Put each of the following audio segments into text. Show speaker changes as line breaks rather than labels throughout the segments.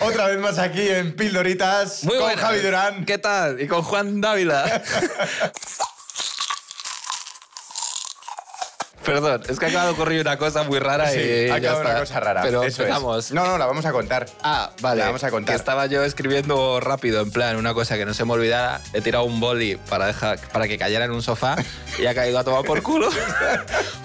Otra vez más aquí en Pildoritas
Muy
con
buenas.
Javi Durán.
¿Qué tal? Y con Juan Dávila. Perdón, es que acaba de ocurrir una cosa muy rara
Sí,
y
ha
ya
acabado una
está.
cosa rara.
Pero
eso es.
empezamos.
No, no, la vamos a contar.
Ah, vale.
La vamos a contar.
Que estaba yo escribiendo rápido, en plan, una cosa que no se me olvidara. He tirado un boli para, dejar, para que cayera en un sofá y ha caído a tomar por culo.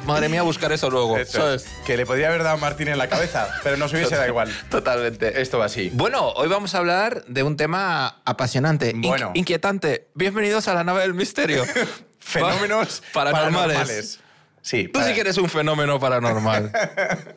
Madre mía, buscar eso luego.
Eso es. Que le podría haber dado Martín en la cabeza, pero nos hubiese dado igual.
Totalmente.
Esto va así.
Bueno, hoy vamos a hablar de un tema apasionante, inqui-
Bueno.
inquietante. Bienvenidos a la nave del misterio.
Fenómenos
Pa-
paranormales.
paranormales.
Sí.
Tú sí
para-
que eres un fenómeno paranormal.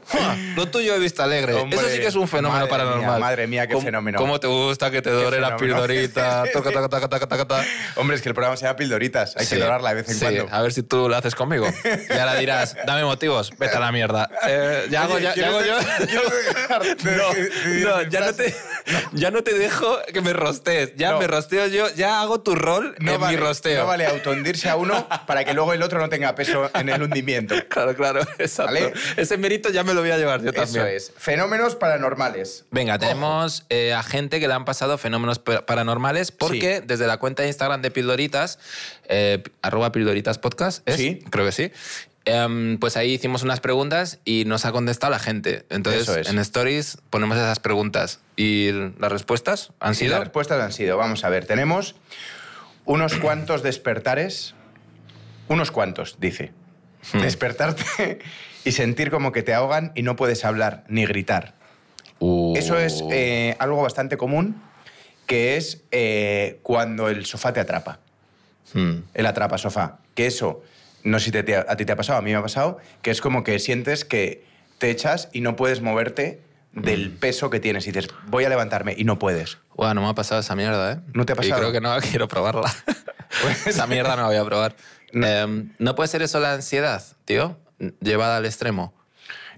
Jua, Lo tuyo de vista alegre.
Hombre,
Eso sí que es un fenómeno
madre
paranormal.
mía, madre mía, qué
¿Cómo-
fenómeno.
¿Cómo te gusta que te dore la
fenómeno.
pildorita? Toca, toca, toca, toca, toca, toca.
Hombre, es que el programa se llama Pildoritas. Hay
Sí,
que lograrla de vez en
sí,
cuando.
A ver si tú lo haces conmigo. Y ahora dirás, dame motivos, vete a la mierda. Eh, ya hago,
Oye,
ya, ya
¿quieres
hago yo.
de- ¿quieres dejar de-
No,
de- de-
no,
de-
ya no, te, ya no te dejo que me rostees. Ya
No.
me rosteo yo, ya hago tu rol
No
en
vale,
mi rosteo.
no vale autohundirse a uno para que luego el otro no tenga peso en el hundimiento.
Claro, claro, exacto.
Vale.
Ese mérito ya me lo voy a llevar yo también.
Eso es. Fenómenos paranormales.
Venga, tenemos eh, a gente que le han pasado fenómenos pa- paranormales porque desde la cuenta de Instagram de Pildoritas, eh, arroba Pildoritas Podcast, ¿es?
Sí.
creo que sí. Em, pues ahí hicimos unas preguntas y nos ha contestado la gente. Entonces,
Eso es.
en Stories ponemos esas preguntas y las respuestas han
Y las
sido.
respuestas han sido, vamos a ver, tenemos unos cuantos despertares, unos cuantos, dice. Despertarte y sentir como que te ahogan y no puedes hablar ni gritar.
Uh.
Eso es eh, algo bastante común, que es eh, cuando el sofá te atrapa,
Hmm.
el atrapa sofá. Que eso, no sé si te- te- a ti te ha pasado, a mí me ha pasado, que es como que sientes que te echas y no puedes moverte del peso que tienes. Y dices, voy a levantarme y no puedes.
Guau, no me ha pasado esa mierda, ¿eh?
¿No te ha pasado?
Y creo que no quiero probarla.
Pues
esa mierda no la voy a probar.
No.
Em, no puede ser eso la ansiedad, tío, llevada al extremo.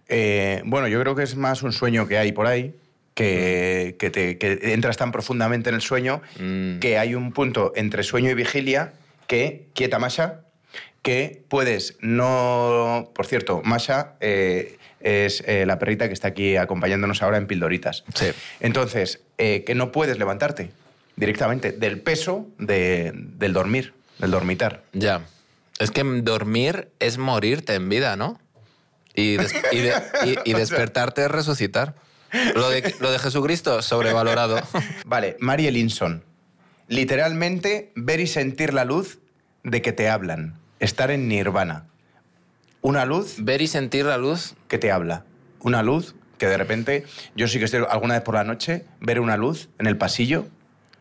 Eh, bueno, yo creo que es más un sueño que hay por ahí, que, que te, que entras tan profundamente en el sueño,
Mm.
que hay un punto entre sueño y vigilia que, quieta Masha, que puedes no... Por cierto, Masha eh, es eh, la perrita que está aquí acompañándonos ahora en Pildoritas.
Sí.
Entonces, eh, que no puedes levantarte directamente del peso de- del dormir, del dormitar.
Ya. Es que dormir es morirte en vida, ¿no? Y, des- y de- y- y despertarte es resucitar. Lo de, lo de Jesucristo, sobrevalorado.
Vale, Mary Elinson. Literalmente ver y sentir la luz de que te hablan. Estar en nirvana. Una luz
Ver y sentir la luz.
que te habla. Una luz que de repente, yo sí que estoy alguna vez por la noche, ver una luz en el pasillo,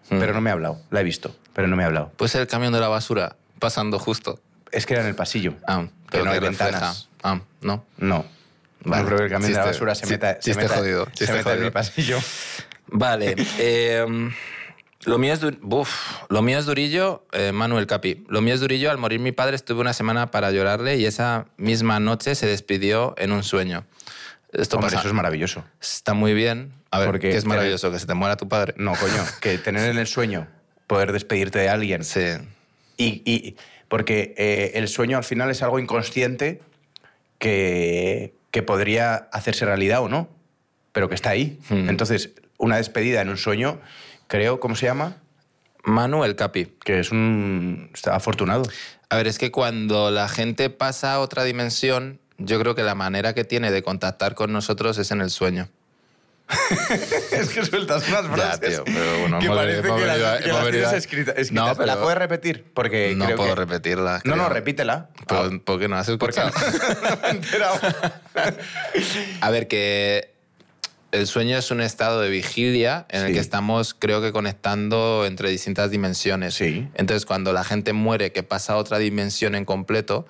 Hmm.
pero no me ha hablado. La he visto, pero no me ha hablado.
Pues el camión de la basura pasando justo.
Es que era en el pasillo.
Ah, pero
no hay
que refleja.
ventanas.
Ah, no.
No.
Vale.
No creo que el camión de la
Chiste-
basura se
chi-
meta, se
chiste
meta-
jodido,
se
chiste
meta en
jodido.
mi pasillo.
Vale. eh, lo, mío es du- buf, lo mío es durillo, eh, Manuel Capi. Lo mío es durillo. Al morir mi padre estuve una semana para llorarle y esa misma noche se despidió en un sueño. Esto
Hombre,
pasa.
eso es maravilloso.
Está muy bien. A ver,
Porque
que es maravilloso que se te muera tu padre.
No, coño, que tener en el sueño poder despedirte de alguien
Sí.
Y, y- porque eh, el sueño al final es algo inconsciente que, que podría hacerse realidad o no, pero que está ahí.
Hmm.
Entonces, una despedida en un sueño, creo, ¿cómo se llama?
Manuel Capi.
Que es un... Está afortunado.
A ver, es que cuando la gente pasa a otra dimensión, yo creo que la manera que tiene de contactar con nosotros es en el sueño.
es que sueltas unas
Ya, tío, pero bueno,
que
hemos
parece
venido-
que
hemos
las-
venido-
que las
hemos venido-
tienes escrita- escritas.
No, pero-
¿La puedes repetir? Porque
no
creo
puedo
que-
repetirla.
No, no,
creo.
repítela.
Pero, ¿Por qué no has
porque
escuchado?
no me he enterado.
A ver, que el sueño es un estado de vigilia en
Sí.
el que estamos, creo que, conectando entre distintas dimensiones.
Sí.
Entonces, cuando la gente muere, que pasa a otra dimensión en completo,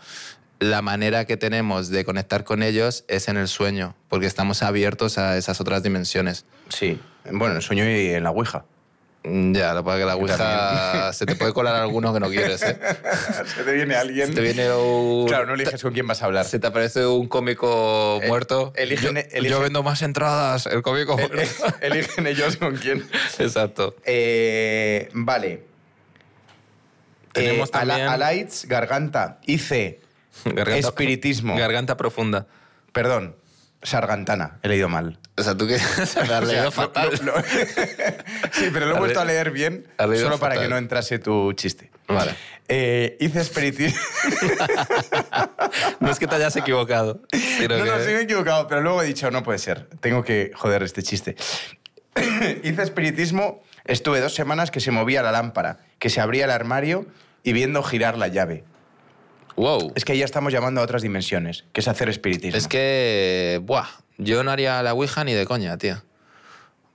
la manera que tenemos de conectar con ellos es en el sueño, porque estamos abiertos a esas otras dimensiones.
Sí. Bueno, el sueño y en la Ouija.
Mm, Ya, lo que pasa es que la Ouija se te puede colar alguno que no quieres. ¿eh?
Se te viene alguien...
Te viene un-
Claro, no eliges con quién vas a hablar.
Se te aparece un cómico
Eh,
muerto.
eligen-
yo,
eligen-
yo vendo más entradas, el cómico muerto.
Eligen ellos con quién.
Exacto.
Eh, vale.
Tenemos
a la-
también-
a lights, garganta, IC,
Garganta-
espiritismo.
Garganta profunda.
Perdón. Sargantana, he leído mal.
O sea, tú que has leído
O sea, lo-
fatal.
lo- lo- sí, pero lo he
Has
vuelto a
le-
leer bien,
has
solo
leído
para
fatal.
que no entrase tu chiste.
Vale.
Eh, hice espiritismo.
No es que te hayas equivocado. sino
No, no,
que-
sí me he equivocado, pero luego he dicho, no puede ser, tengo que joder este chiste. Hice espiritismo, estuve dos semanas que se movía la lámpara, que se abría el armario y viendo girar la llave.
Wow.
Es que ya estamos llamando a otras dimensiones, que es hacer espiritismo.
Es que. Buah. Yo no haría la Ouija ni de coña, tío.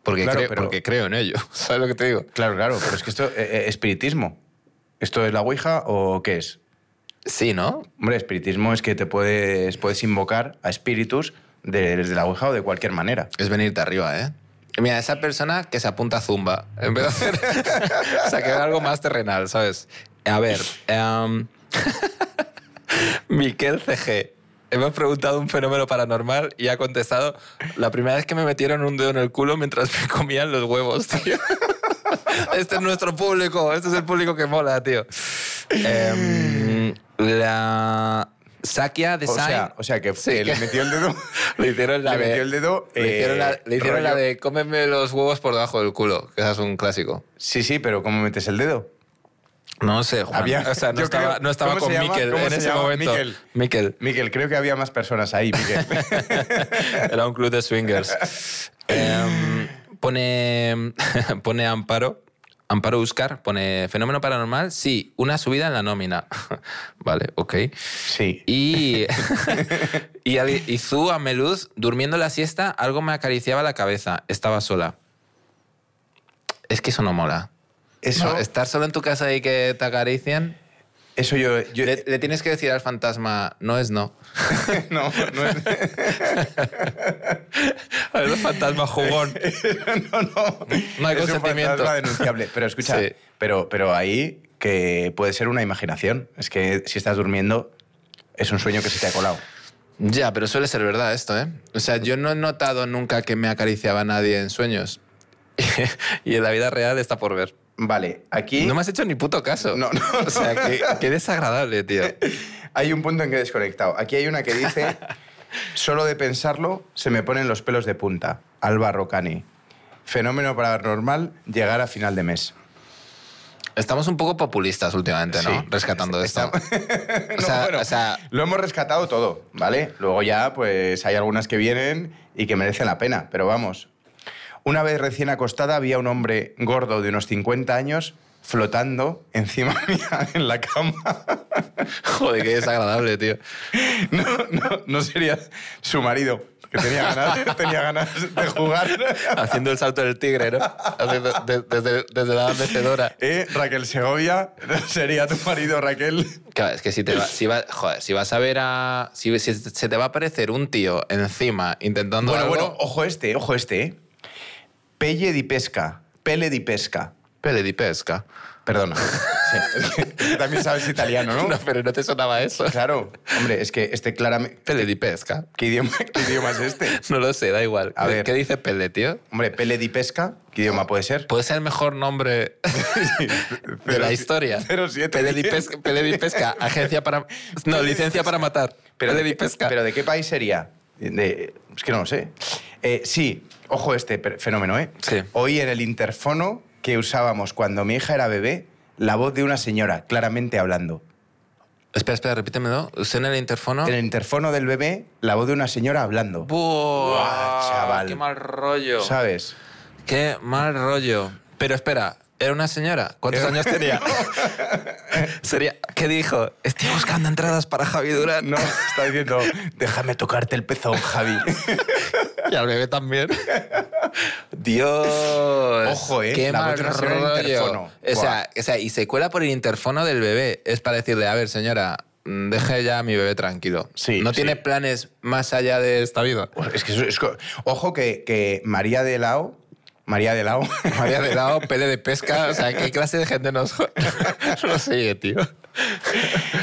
Porque,
Claro,
creo,
pero-
porque creo en ello. ¿Sabes lo que te digo?
Claro, claro, pero es que esto es espiritismo. ¿Esto es la Ouija o qué es?
Sí, ¿no?
Hombre, espiritismo es que te puedes, puedes invocar a espíritus de- desde la Ouija o de cualquier manera.
Es venirte arriba, ¿eh? Mira, esa persona que se apunta a Zumba. En vez de hacer. o sea, que haga algo más terrenal, ¿sabes? A ver. em, Miquel CG. Hemos preguntado un fenómeno paranormal y ha contestado la primera vez que me metieron un dedo en el culo mientras me comían los huevos, tío. Este es nuestro público, este es el público que mola, tío. Em, la Sakia de
O sea, o sea que,
Sí,
que le
que-
metió el dedo.
le hicieron la
le
de-
metió el dedo.
le hicieron,
eh,
la, le hicieron la
rollo-
de cómeme los huevos por debajo del culo, que esa es un clásico.
Sí, sí, pero ¿cómo metes el dedo?
No sé, Juan.
Había-
o sea, no
yo
estaba,
creo-
no estaba
¿cómo
con
se llama?
Miquel
¿Cómo
en
se
ese
llama?
momento.
Miquel.
Miquel.
Miquel, creo que había más personas ahí, Miquel.
Era un club de swingers. Em, pone, pone Amparo. Amparo Buscar pone fenómeno paranormal, sí, una subida en la nómina. vale, ok.
sí.
Y, y, al- y Zu Ameluz, durmiendo la siesta, algo me acariciaba la cabeza. Estaba sola. Es que eso no mola.
Eso,
No, estar solo en tu casa y que te acaricien.
eso yo. yo-
Le, le tienes que decir al fantasma, no es no.
no, no es-
A ver, fantasma jugón.
no, no.
No hay
es
consentimiento.
Un fantasma denunciable. Pero escucha,
Sí.
pero, pero ahí que puede ser una imaginación. Es que si estás durmiendo, es un sueño que se te ha colado.
ya, pero suele ser verdad esto, ¿eh? O sea, yo no he notado nunca que me acariciaba nadie en sueños. y en la vida real está por ver.
Vale, aquí
No me has hecho ni puto caso.
No, no,
O sea, que, que desagradable, tío.
hay un punto en que he desconectado. Aquí hay una que dice: Solo de pensarlo se me ponen los pelos de punta. Alba Rocani. Fenómeno paranormal llegar a final de mes.
Estamos un poco populistas últimamente, ¿no?
Sí.
Rescatando esto. O
No,
sea,
bueno,
o sea,
lo hemos rescatado todo, ¿vale? Luego ya, pues hay algunas que vienen y que merecen la pena, pero vamos. Una vez recién acostada, vi a un hombre gordo de unos 50 años flotando encima mía en la cama.
joder, qué desagradable, tío.
No, no, no sería su marido, que tenía ganas, tenía ganas de jugar.
Haciendo el salto del tigre, ¿no? Haciendo- de- desde, desde la mecedora.
¿Eh? Raquel Segovia, sería tu marido, Raquel.
Claro, es que si te va- si va- joder, si vas a ver a. Si, si se te va a aparecer un tío encima intentando.
Bueno,
algo, oh,
bueno, ojo este, ojo este. ¿eh? Pelle di pesca, pele di pesca.
pele di pesca.
Perdona. Sí, es que También sabes italiano, ¿no?
No, pero no te sonaba eso.
Claro. Hombre, es que este claramente...
Pele di pesca.
¿Qué idioma, qué idioma es este?
No lo sé, da igual.
A
¿Qué-
ver.
¿Qué dice pele, tío?
Hombre, pele di pesca, ¿qué idioma puede ser?
Puede ser el mejor nombre de
Pero
la
si-
historia.
pero siete,
Pele di
diez.
pesca, Pele di pesca, agencia para. No, licencia para matar.
Pero,
Pele di
de, qué-
pesca.
¿Pero de qué país sería? De- es que no lo sé. Eh, sí, ojo este per- fenómeno, ¿eh?
Sí.
Oí en el interfono que usábamos cuando mi hija era bebé la voz de una señora claramente hablando.
Espera, espera, repítemelo. ¿Usted en el interfono?
En el interfono del bebé, la voz de una señora hablando.
¡Buah!
Buah, chaval.
¡Qué mal rollo!
¿Sabes?
Qué mal rollo. Pero espera, ¿era una señora? ¿Cuántos
Era-
años tenía? Sería, ¿Qué dijo? Estoy buscando entradas para Javi Durán.
No, está diciendo, déjame tocarte el pezón, Javi.
Y al bebé también. Dios.
Ojo, eh,
Qué
la
mal
voz de una señora en el
rollo.
interfono.
O sea, o sea, y se cuela por el interfono del bebé. Es para decirle, a ver, señora, mm, deje ya a mi bebé tranquilo.
Sí,
No
sí.
tiene planes más allá de esta vida.
Pues Es que eso- es co- ojo que, que María de Lao, María de Lao,
María de lado, pele de pesca. O sea, ¿qué clase de gente nos, nos sigue, tío?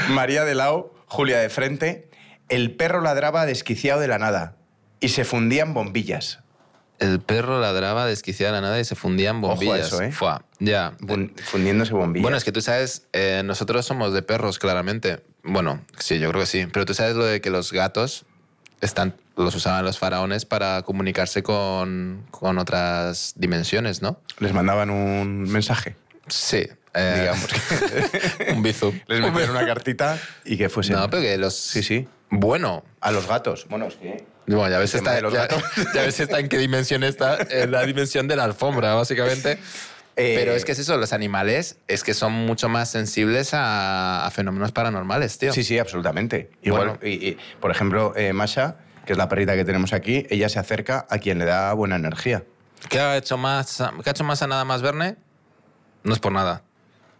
María de Lao, Julia de frente, el perro ladraba desquiciado de la nada y se fundían bombillas.
El perro ladraba, desquiciada la nada y se fundían
Ojo a
bombillas.
eso, ¿eh?
Fuá, ya.
Bun- Fundiéndose bombillas.
Bueno, es que tú sabes, eh, nosotros somos de perros, claramente. Bueno, sí, yo creo que sí. Pero tú sabes lo de que los gatos están, los usaban los faraones para comunicarse con, con otras dimensiones, ¿no?
Les mandaban un mensaje,
Sí. eh,
digamos. que-
un bizum.
Les metían una cartita y que fuese
No, pero que los...
Sí, sí.
Bueno,
a los gatos. Bueno, es que...
Bueno, ya ves,
El tema
está,
de los
ya-
gatos.
ya ves está en qué dimensión está, en la dimensión de la alfombra, básicamente.
Eh,
Pero es que es eso, los animales es que son mucho más sensibles a, a fenómenos paranormales, tío.
Sí, sí, absolutamente. Igual,
Bueno.
y- y, por ejemplo, eh, Masha, que es la perrita que tenemos aquí, ella se acerca a quien le da buena energía.
¿Qué ha hecho más, qué ha hecho más a nada más Verne? No es por nada.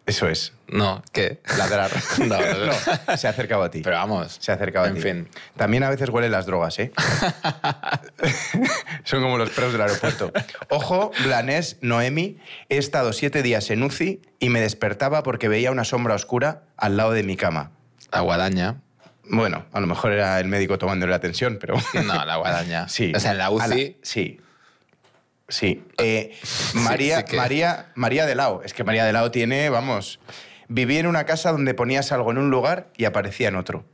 Eso es,
No, ¿qué?
ladrar.
No, no, no.
se ha acercado a ti.
Pero vamos.
se ha acercado a
en
ti.
fin.
También a veces huelen las drogas, ¿eh? Son como los perros del aeropuerto. Ojo, Blanés, Noemi, he estado siete días en UCI y me despertaba porque veía una sombra oscura al lado de mi cama.
La guadaña.
Bueno, a lo mejor era el médico tomándole la atención, pero...
No, la guadaña.
Sí.
O sea, en la
A
UCI.
sí. Sí. Eh, María,
sí que-
María, María de Lao. Es que María de Lao tiene, vamos. Viví en una casa donde ponías algo en un lugar y aparecía en otro.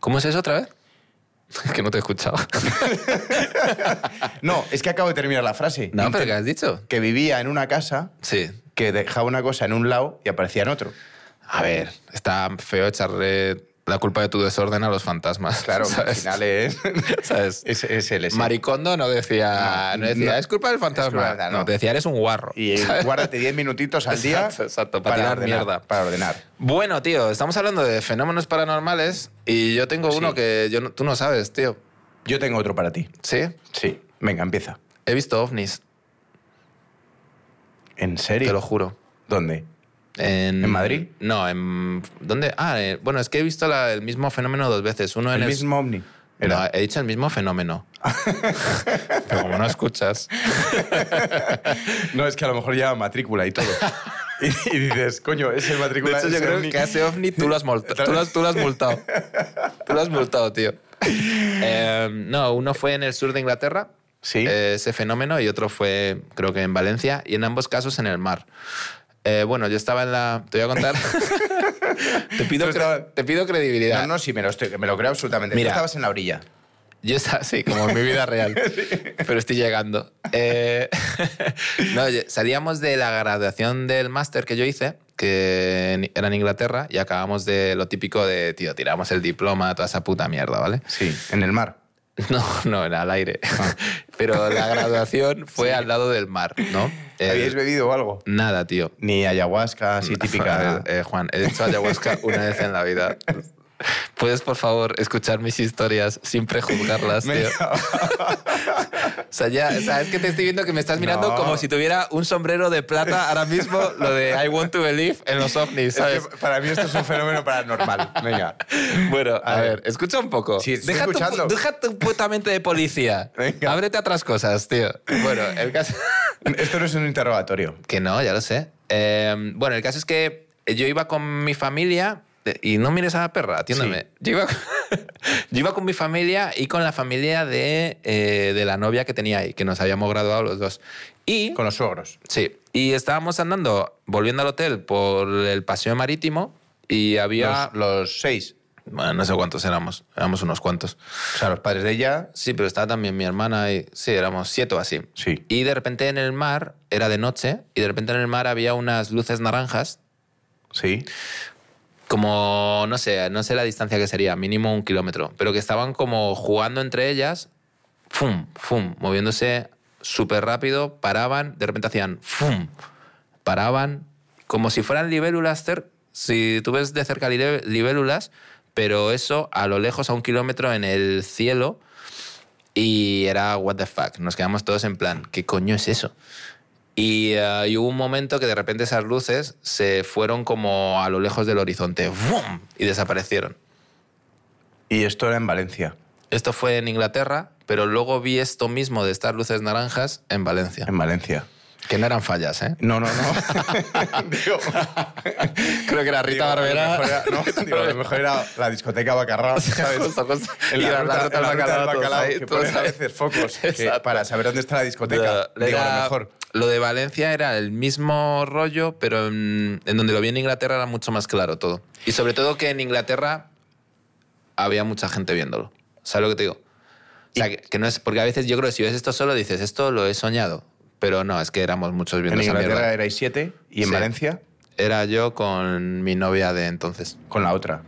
¿Cómo es eso otra vez? que no te he escuchado.
No, es que acabo de terminar la frase.
No, pero ¿qué has dicho?
Que vivía en una casa
Sí.
que dejaba una cosa en un lado y aparecía en otro.
A ver, está feo echarle la culpa de tu desorden a los fantasmas.
Claro, que al
¿sabes?
final es,
¿Sabes?
es, es el ese.
Maricondo no decía,
No,
no decía,
no.
es culpa del fantasma.
Es verdad,
no.
no.
te decía, eres un guarro.
Y eh,
¿sabes?
guárdate 10 minutitos al día
Exacto, exacto, para tirar
ordenar,
mierda.
Para ordenar.
Bueno, tío, estamos hablando de fenómenos paranormales y yo tengo
Sí.
uno que yo no- tú no sabes, tío.
Yo tengo otro para ti.
Sí,
Sí. Venga, empieza.
he visto ovnis,
¿En serio?
te lo juro.
¿Dónde?
¿En,
¿En Madrid?
No, en... ¿Dónde? Ah, eh, bueno, es que he visto la- el mismo fenómeno dos veces. Uno en
El
el-
mismo ovni. Era.
No, he dicho el mismo fenómeno. Pero como no escuchas...
No, es que a lo mejor lleva matrícula y todo. y, y dices, coño, es el
De
matrícula.
hecho,
es
yo
el
creo
único.
que a ese ovni tú lo has, multa- tú lo has- tú lo has multado. Tú lo has multado, tío. Eh, no, uno fue en el sur de Inglaterra,
Sí.
eh, ese fenómeno, y otro fue, creo que en Valencia, y en ambos casos en el mar. Eh, bueno, yo estaba en la... Te voy a contar. te, pido
Tú
cre-
estabas-
te pido credibilidad.
no, no, sí, me lo, estoy, me lo creo absolutamente.
Mira.
Tú estabas en la orilla.
Yo estaba así, como en mi vida real. Pero estoy llegando. Eh, no, oye, salíamos de la graduación del máster que yo hice, que en- era en Inglaterra, y acabamos de lo típico de, tío, tiramos el diploma, toda esa puta mierda, ¿vale?
Sí, en el mar.
No, no, era al aire.
Ah.
Pero la graduación fue al lado del mar, ¿no? Eh,
¿Habíais bebido algo?
nada, tío.
Ni ayahuasca, así típica.
Eh, Juan, he hecho ayahuasca una vez en la vida. ¿Puedes, por favor, escuchar mis historias sin prejuzgarlas, tío? O sea, ya, o sea, es que te estoy viendo que me estás mirando
No.
como si tuviera un sombrero de plata ahora mismo, lo de I want to believe en los ovnis,
Es
¿sabes?
que para mí esto es un fenómeno paranormal. Venga.
Bueno, a,
A
ver.
ver.
escucha un poco.
Sí, estoy
deja, tu,
escuchando.
pu- deja tu puta mente de policía.
Venga.
Ábrete a otras cosas, tío. Bueno, el caso...
Esto no es un interrogatorio.
Que no, ya lo sé. Eh, bueno, el caso es que yo iba con mi familia. de- Y no mires a la perra, atiéndeme.
Sí.
Yo, iba, yo iba con mi familia y con la familia de, eh, de la novia que tenía ahí, que nos habíamos graduado los dos. Y
Con los suegros.
Sí, y estábamos andando, volviendo al hotel por el paseo marítimo y había...
Los, los seis.
Bueno, no sé cuántos éramos, éramos unos cuantos.
O sea, los padres de ella.
Sí, pero estaba también mi hermana y sí, éramos siete o así.
Sí.
Y de repente en el mar, era de noche, y de repente en el mar había unas luces naranjas,
Sí.
como, no sé, no sé la distancia que sería, mínimo un kilómetro, pero que estaban como jugando entre ellas, fum, fum, moviéndose súper rápido, paraban, de repente hacían fum, paraban, como si fueran libélulas, cer- si tú ves de cerca libe- libélulas, pero eso a lo lejos, a un kilómetro en el cielo, y era what the fuck, nos quedamos todos en plan, ¿qué coño es eso? Y, eh, y hubo un momento que de repente esas luces se fueron como a lo lejos del horizonte, ¡bum! y desaparecieron.
Y esto era en Valencia.
Esto fue en Inglaterra, pero luego vi esto mismo de estas luces naranjas en Valencia.
En Valencia.
Que no eran fallas, ¿eh?
No, no, no. Digo,
Creo que era
digo, a lo mejor era- no, digo, a lo mejor era la discoteca Bacarrao, ¿sabes?
Justo, justo.
En la,
Y era
ruta, en la
del
ruta del
bacalao,
bacalao,
todos ahí,
que
todos
ponen a
ahí.
veces focos que-
Exacto.
para saber dónde está la discoteca.
Era-
Digo, a
era-
lo mejor.
lo de Valencia era el mismo rollo, pero en, en donde lo vi en Inglaterra era mucho más claro todo. Y sobre todo que en Inglaterra había mucha gente viéndolo. ¿Sabes lo que te digo? O sea, que, que no es, porque a veces yo creo que si ves esto solo dices, esto lo he soñado. Pero no, es que éramos muchos viendo
En
esa
Inglaterra
mierda.
erais siete y en
Sí.
Valencia
Era yo con mi novia de entonces.
con la otra.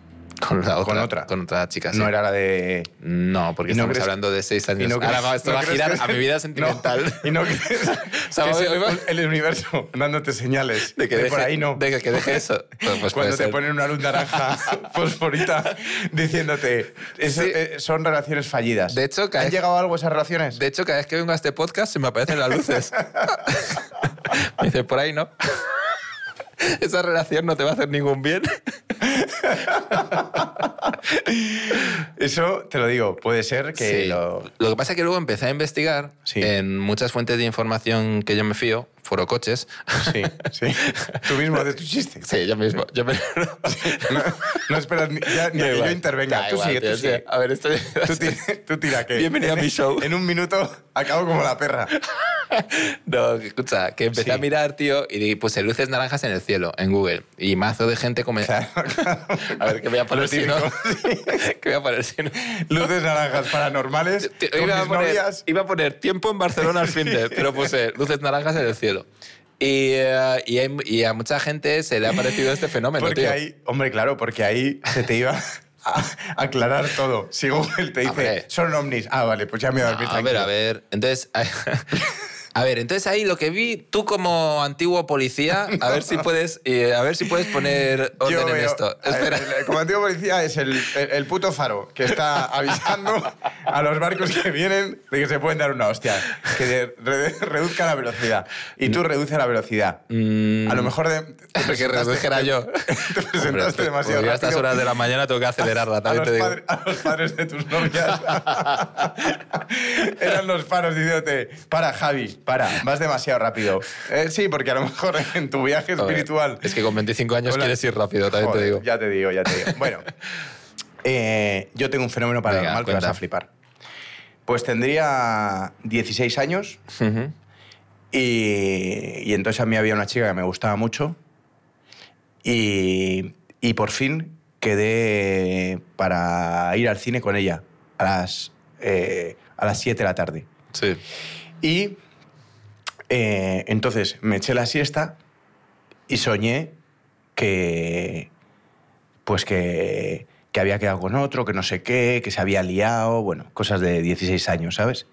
Con la otra.
Con otra.
Con otra chica, sí.
No era la de...
No, porque
¿Y no
estamos
crees-
hablando de seis
y
años.
no
Ahora
crees-
va, esto
no
va a
crees
girar
que-
a mi vida sentimental.
No, y no crees
O sea,
que es
voy- voy-
el, el universo dándote señales.
De que
De por
deje-
ahí no.
de que- que deje eso. Pues- pues
Cuando
puede
te
ser.
ponen una luz naranja fosforita diciéndote, "Eso,
Sí.
eh, son relaciones fallidas.
De hecho, cada
¿han
vez-
llegado a algo esas relaciones?
De hecho, cada vez que vengo a este podcast se me aparecen las luces. me dice, por ahí no. Esa relación no te va a hacer ningún bien.
Eso te lo digo, puede ser que
Sí.
lo...
Lo que pasa es que luego empecé a investigar
Sí.
en muchas fuentes de información que yo me fío, foro coches.
Sí, sí. Tú mismo haces tu chiste.
Sí, yo mismo. Yo me...
No, no esperas ni, ya, ni
Da
a que yo
igual.
intervenga.
Da
Tú
igual,
sigue, tú
tío,
sigue.
sí. A ver, esto...
Tú tira, tú tira que.
Bienvenido a mi
en-
show.
En un minuto acabo como la perra.
No, que escucha, que empecé
Sí.
a mirar, tío, y puse luces naranjas en el cielo, en Google. Y mazo de gente como... A ver, ¿qué voy a poner
Lo
si no? ¿Qué voy a poner si no?
Luces naranjas paranormales.
Tío,
Con
iba, a
mis
poner,
novias.
iba a poner tiempo en Barcelona al fin de, pero puse luces naranjas en el cielo. Y, eh, y, hay- y a mucha gente se le ha parecido este fenómeno,
Porque
tío.
ahí, hombre, claro, porque ahí se te iba a aclarar todo. Si Google te dice,
Hombre.
son ovnis. Ah, vale, pues ya me voy a dormir
a ver,
tranquilo.
a ver. Entonces, a, ver, entonces ahí lo que vi, tú como antiguo policía, a ver si puedes, eh, a ver si puedes poner orden
Yo
en
veo-
esto.
a ver,
Espera.
el- el- como antiguo policía es el, el- el puto faro que está avisando a los barcos que vienen de que se pueden dar una hostia, que de- re- reduzcan la velocidad. Y tú reduces la velocidad.
Mm,
A lo mejor de, te
que
presentaste-
redujera yo.
Te presentaste demasiado
Porque a estas
rápido.
horas de la mañana tengo que acelerarla,
a
también
los,
te digo.
padre- a los padres de tus novias. Eran los faros diciéndote, para Javi, para, vas demasiado rápido. Eh, sí, porque a lo mejor en tu viaje
Joder,
espiritual
Es que con 25 años
Hola.
quieres ir rápido, también
Joder,
te digo.
Ya te digo, ya te digo. Bueno, eh, yo tengo un fenómeno paranormal
Venga,
que vas
cuenta.
a flipar. Pues tendría 16 años
Ujú.
y, y entonces a mí había una chica que me gustaba mucho y, y por fin quedé para ir al cine con ella a las, eh, a las 7 de la tarde.
Sí.
Y eh, entonces me eché la siesta y soñé que. Pues que, que había quedado con otro, que no sé qué, que se había liado, bueno, cosas de 16 años, ¿sabes?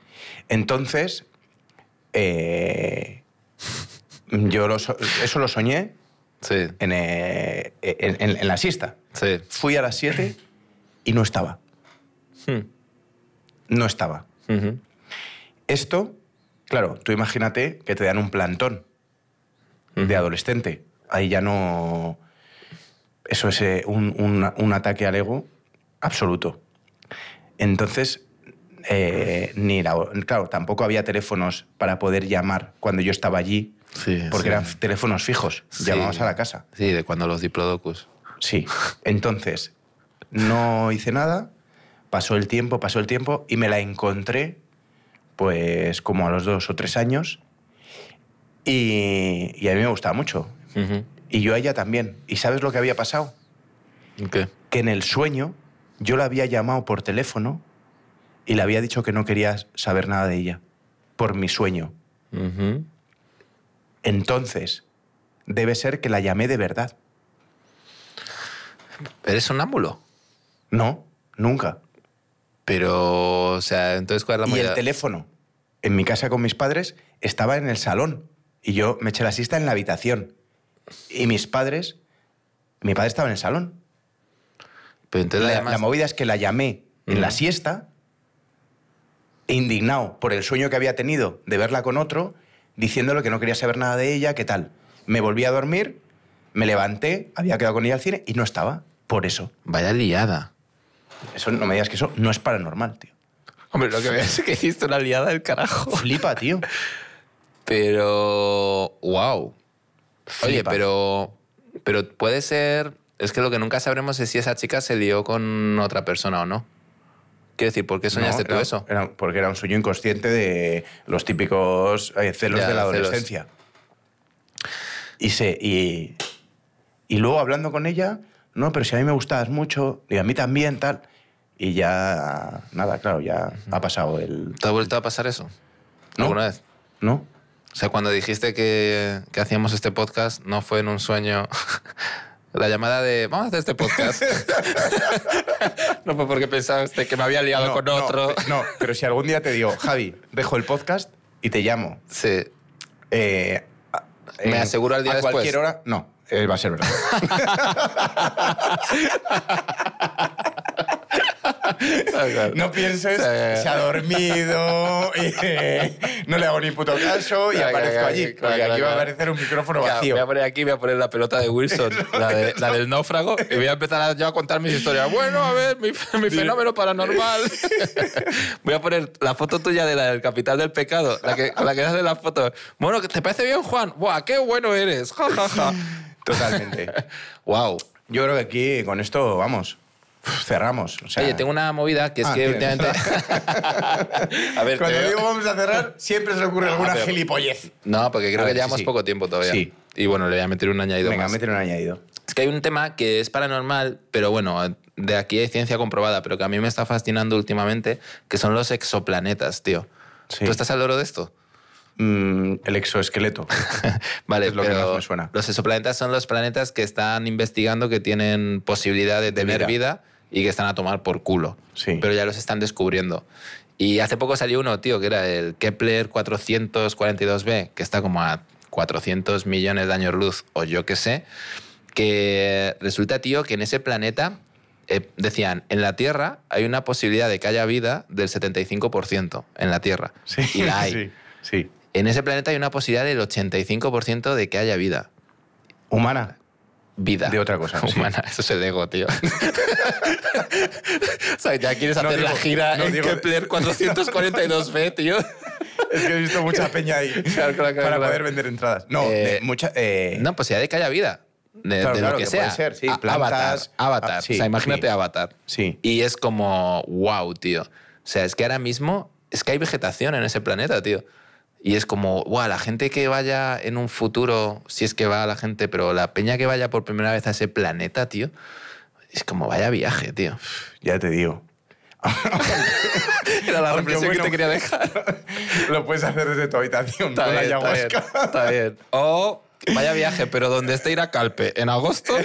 Entonces. eh, yo lo so- eso lo soñé
Sí,
en, eh, en- en- en la siesta.
sí.
Fui a las 7 y no estaba. No estaba.
Ujú.
Esto, claro, tú imagínate que te dan un plantón de adolescente. Ahí ya no... Eso es eh, un, un- un ataque al ego absoluto. Entonces, eh, ni la- claro, tampoco había teléfonos para poder llamar cuando yo estaba allí,
Sí,
porque
sí.
eran teléfonos fijos.
Sí.
Llamabas a la casa.
Sí, de cuando los diplodocus.
Sí. Entonces, no hice nada, pasó el tiempo, pasó el tiempo y me la encontré, pues como a los dos o tres años. Y, y a mí me gustaba mucho. Y yo a ella también. ¿Y sabes lo que había pasado?
¿Qué?
Que en el sueño yo la había llamado por teléfono y le había dicho que no quería saber nada de ella, por mi sueño.
Ujú.
Entonces, debe ser que la llamé de verdad.
Eres sonámbulo.
No, nunca.
Pero, o sea, entonces, ¿cuál es la
y el
movida?
teléfono en mi casa con mis padres estaba en el salón y yo me eché la siesta en la habitación y mis padres mi padre estaba en el salón
Pero entonces
la,
la,
la
llamas-
movida es que la llamé en la
Ujú.
siesta indignado por el sueño que había tenido de verla con otro diciéndole que no quería saber nada de ella qué tal me volví a dormir me levanté había quedado con ella al cine y no estaba por eso
Vaya liada.
eso no me digas que eso no es paranormal tío
Hombre, lo que veo es que hiciste una liada del carajo.
flipa tío
Pero, wow. Oye,
Flipa.
pero, pero puede ser... Es que lo que nunca sabremos es si esa chica se lió con otra persona o no. Quiero decir, ¿por qué soñaste
No,
tú
era-
eso?
era- porque era un sueño inconsciente de los típicos eh, celos
Ya,
de la
celos.
adolescencia. Y, se, y, y luego hablando con ella, no, pero si a mí me gustabas mucho, y a mí también, tal. y ya, nada, claro, ya ha pasado el...
¿Te ha vuelto a pasar eso?
No.
¿Alguna vez?
¿No?
O sea, cuando dijiste que, que hacíamos este podcast, no fue en un sueño. La llamada de vamos a hacer este podcast. no fue porque pensaste que me había liado
no,
con
no, eh,
otro.
pe- No, pero si algún día te digo, Javi, dejo el podcast y te llamo.
Sí.
eh, a-
Me aseguro al día
a
después.
cualquier hora, no, eh, va a ser verdad. No pienses,
Sí.
se ha dormido, eh, no le hago ni puto caso y
Claro,
aparezco
claro,
allí.
claro,
Porque
claro,
aquí va a
claro.
aparecer un micrófono
Claro, voy a
vacío.
poner aquí, voy a poner la pelota de Wilson, la, de- la del náufrago, y voy a empezar a- yo a contar mis historias. Bueno, a ver, mi, mi fenómeno paranormal. voy a poner la foto tuya de la del capital del pecado, la que, con la que haces las fotos. Bueno, ¿te parece bien, Juan? ¡Buah, qué bueno eres! Ja, ja, ja.
Totalmente.
¡Wow!
Yo creo que aquí con esto, vamos, cerramos. o sea,
Oye, tengo una movida que es
Ah,
que
tienes.
últimamente. a ver, te
Cuando
veo-
digo vamos a cerrar, siempre se le ocurre alguna
¿eh? Ah, pero-
gilipollez.
No, porque creo
A
que
ver, sí,
llevamos
sí.
poco tiempo todavía.
Sí.
Y bueno, le voy a meter un añadido
Venga,
más.
métele un añadido.
Es que hay un tema que es paranormal, pero bueno, de aquí hay ciencia comprobada, pero que a mí me está fascinando últimamente, que son los exoplanetas, tío.
Sí.
¿Tú estás al loro de esto?
Mm, el exoesqueleto.
Vale,
Es lo que
pero
más me suena.
los exoplanetas son los planetas que están investigando que tienen posibilidad de
vida.
tener vida. y que están a tomar por culo.
Sí.
Pero ya los están descubriendo. Y hace poco salió uno, tío, que era el Kepler 442b, que está como a 400 millones de años luz, o yo qué sé, que resulta, tío, que en ese planeta, eh, decían, en la Tierra hay una posibilidad de que haya vida del 75% en la Tierra.
Sí,
y la hay.
sí, sí.
En ese planeta hay una posibilidad del 85% de que haya vida.
Humana.
Vida.
De otra cosa, sí.
Humana. Eso es el ego, tío. o sea, ya quieres
No
hacer la
digo-
gira
no
en
digo-
Kepler 442b, tío.
Es que he visto mucha peña ahí
Claro, claro, claro,
para
claro.
poder vender entradas. No,
Eh,
de mucha. eh,
No, posibilidad de que haya vida. De,
Claro,
de lo
claro,
que,
que
sea.
puede ser, sí,
A-
plantas,
Avatar. Avatar.
ah, sí,
o sea, imagínate
sí.
Avatar.
Sí.
Y es como, wow, tío. O sea, es que ahora mismo es que hay vegetación en ese planeta, tío. Y es como, wow, la gente que vaya en un futuro, si es que va la gente, pero la peña que vaya por primera vez a ese planeta, tío, es como vaya viaje, tío.
Ya te digo.
Era la
Aunque
reflexión
bueno,
que te quería dejar.
Lo puedes hacer desde tu habitación
Está
con la
bien, está bien,
ayahuasca.
está bien. O vaya viaje, pero donde esté ir a Calpe, en agosto.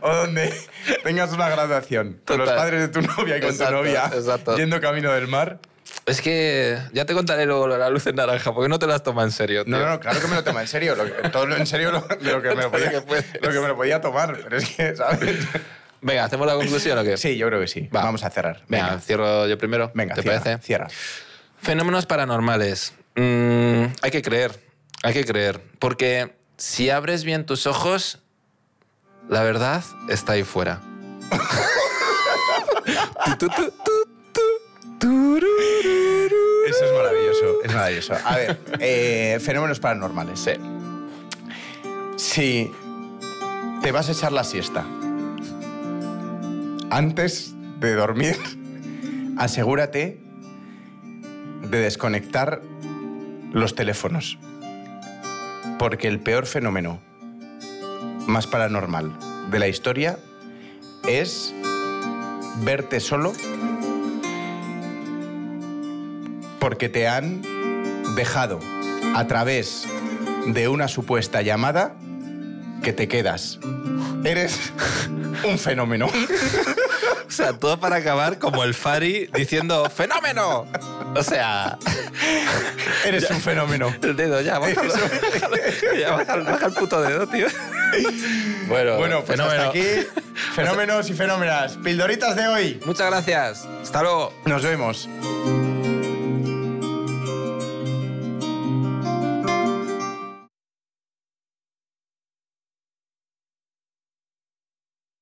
O donde tengas una graduación con los
Total.
padres de tu novia y con
Exacto,
tu novia
exacto.
yendo camino del mar.
Es que ya te contaré luego lo de la luz en naranja, porque no te las toma en serio. Tío.
No, no, no, claro que me lo toma en serio. Lo que- todo lo en serio lo, de lo, que me lo, podía,
que puedes.
lo que me lo podía tomar. Pero es que, ¿sabes?
Venga, ¿hacemos la conclusión o qué?
Sí, yo creo que sí.
Va.
Vamos a cerrar.
Venga,
Venga,
cierro yo primero.
venga
¿Te
cierra,
parece?
cierra.
Fenómenos paranormales. Mm, hay que creer, hay que creer. Porque si abres bien tus ojos, la verdad está ahí fuera. Tu, tu, tu, tu, tu, turururu.
Eso es maravilloso, es maravilloso. A ver, eh, fenómenos paranormales.
Sí.
Si te vas a echar la siesta antes de dormir, asegúrate de desconectar los teléfonos. Porque el peor fenómeno más paranormal de la historia es verte solo porque te han dejado a través de una supuesta llamada que te quedas. Eres un fenómeno.
O sea, todo para acabar como el Fari diciendo ¡Fenómeno! O sea,
Eres un fenómeno.
el dedo ya, bájalo. Bájalo, ya, bájalo, baja el puto dedo, tío. Bueno,
Bueno, pues hasta aquí. Fenómenos y fenómenas. Pildoritas de hoy.
Muchas gracias. Hasta luego.
Nos vemos.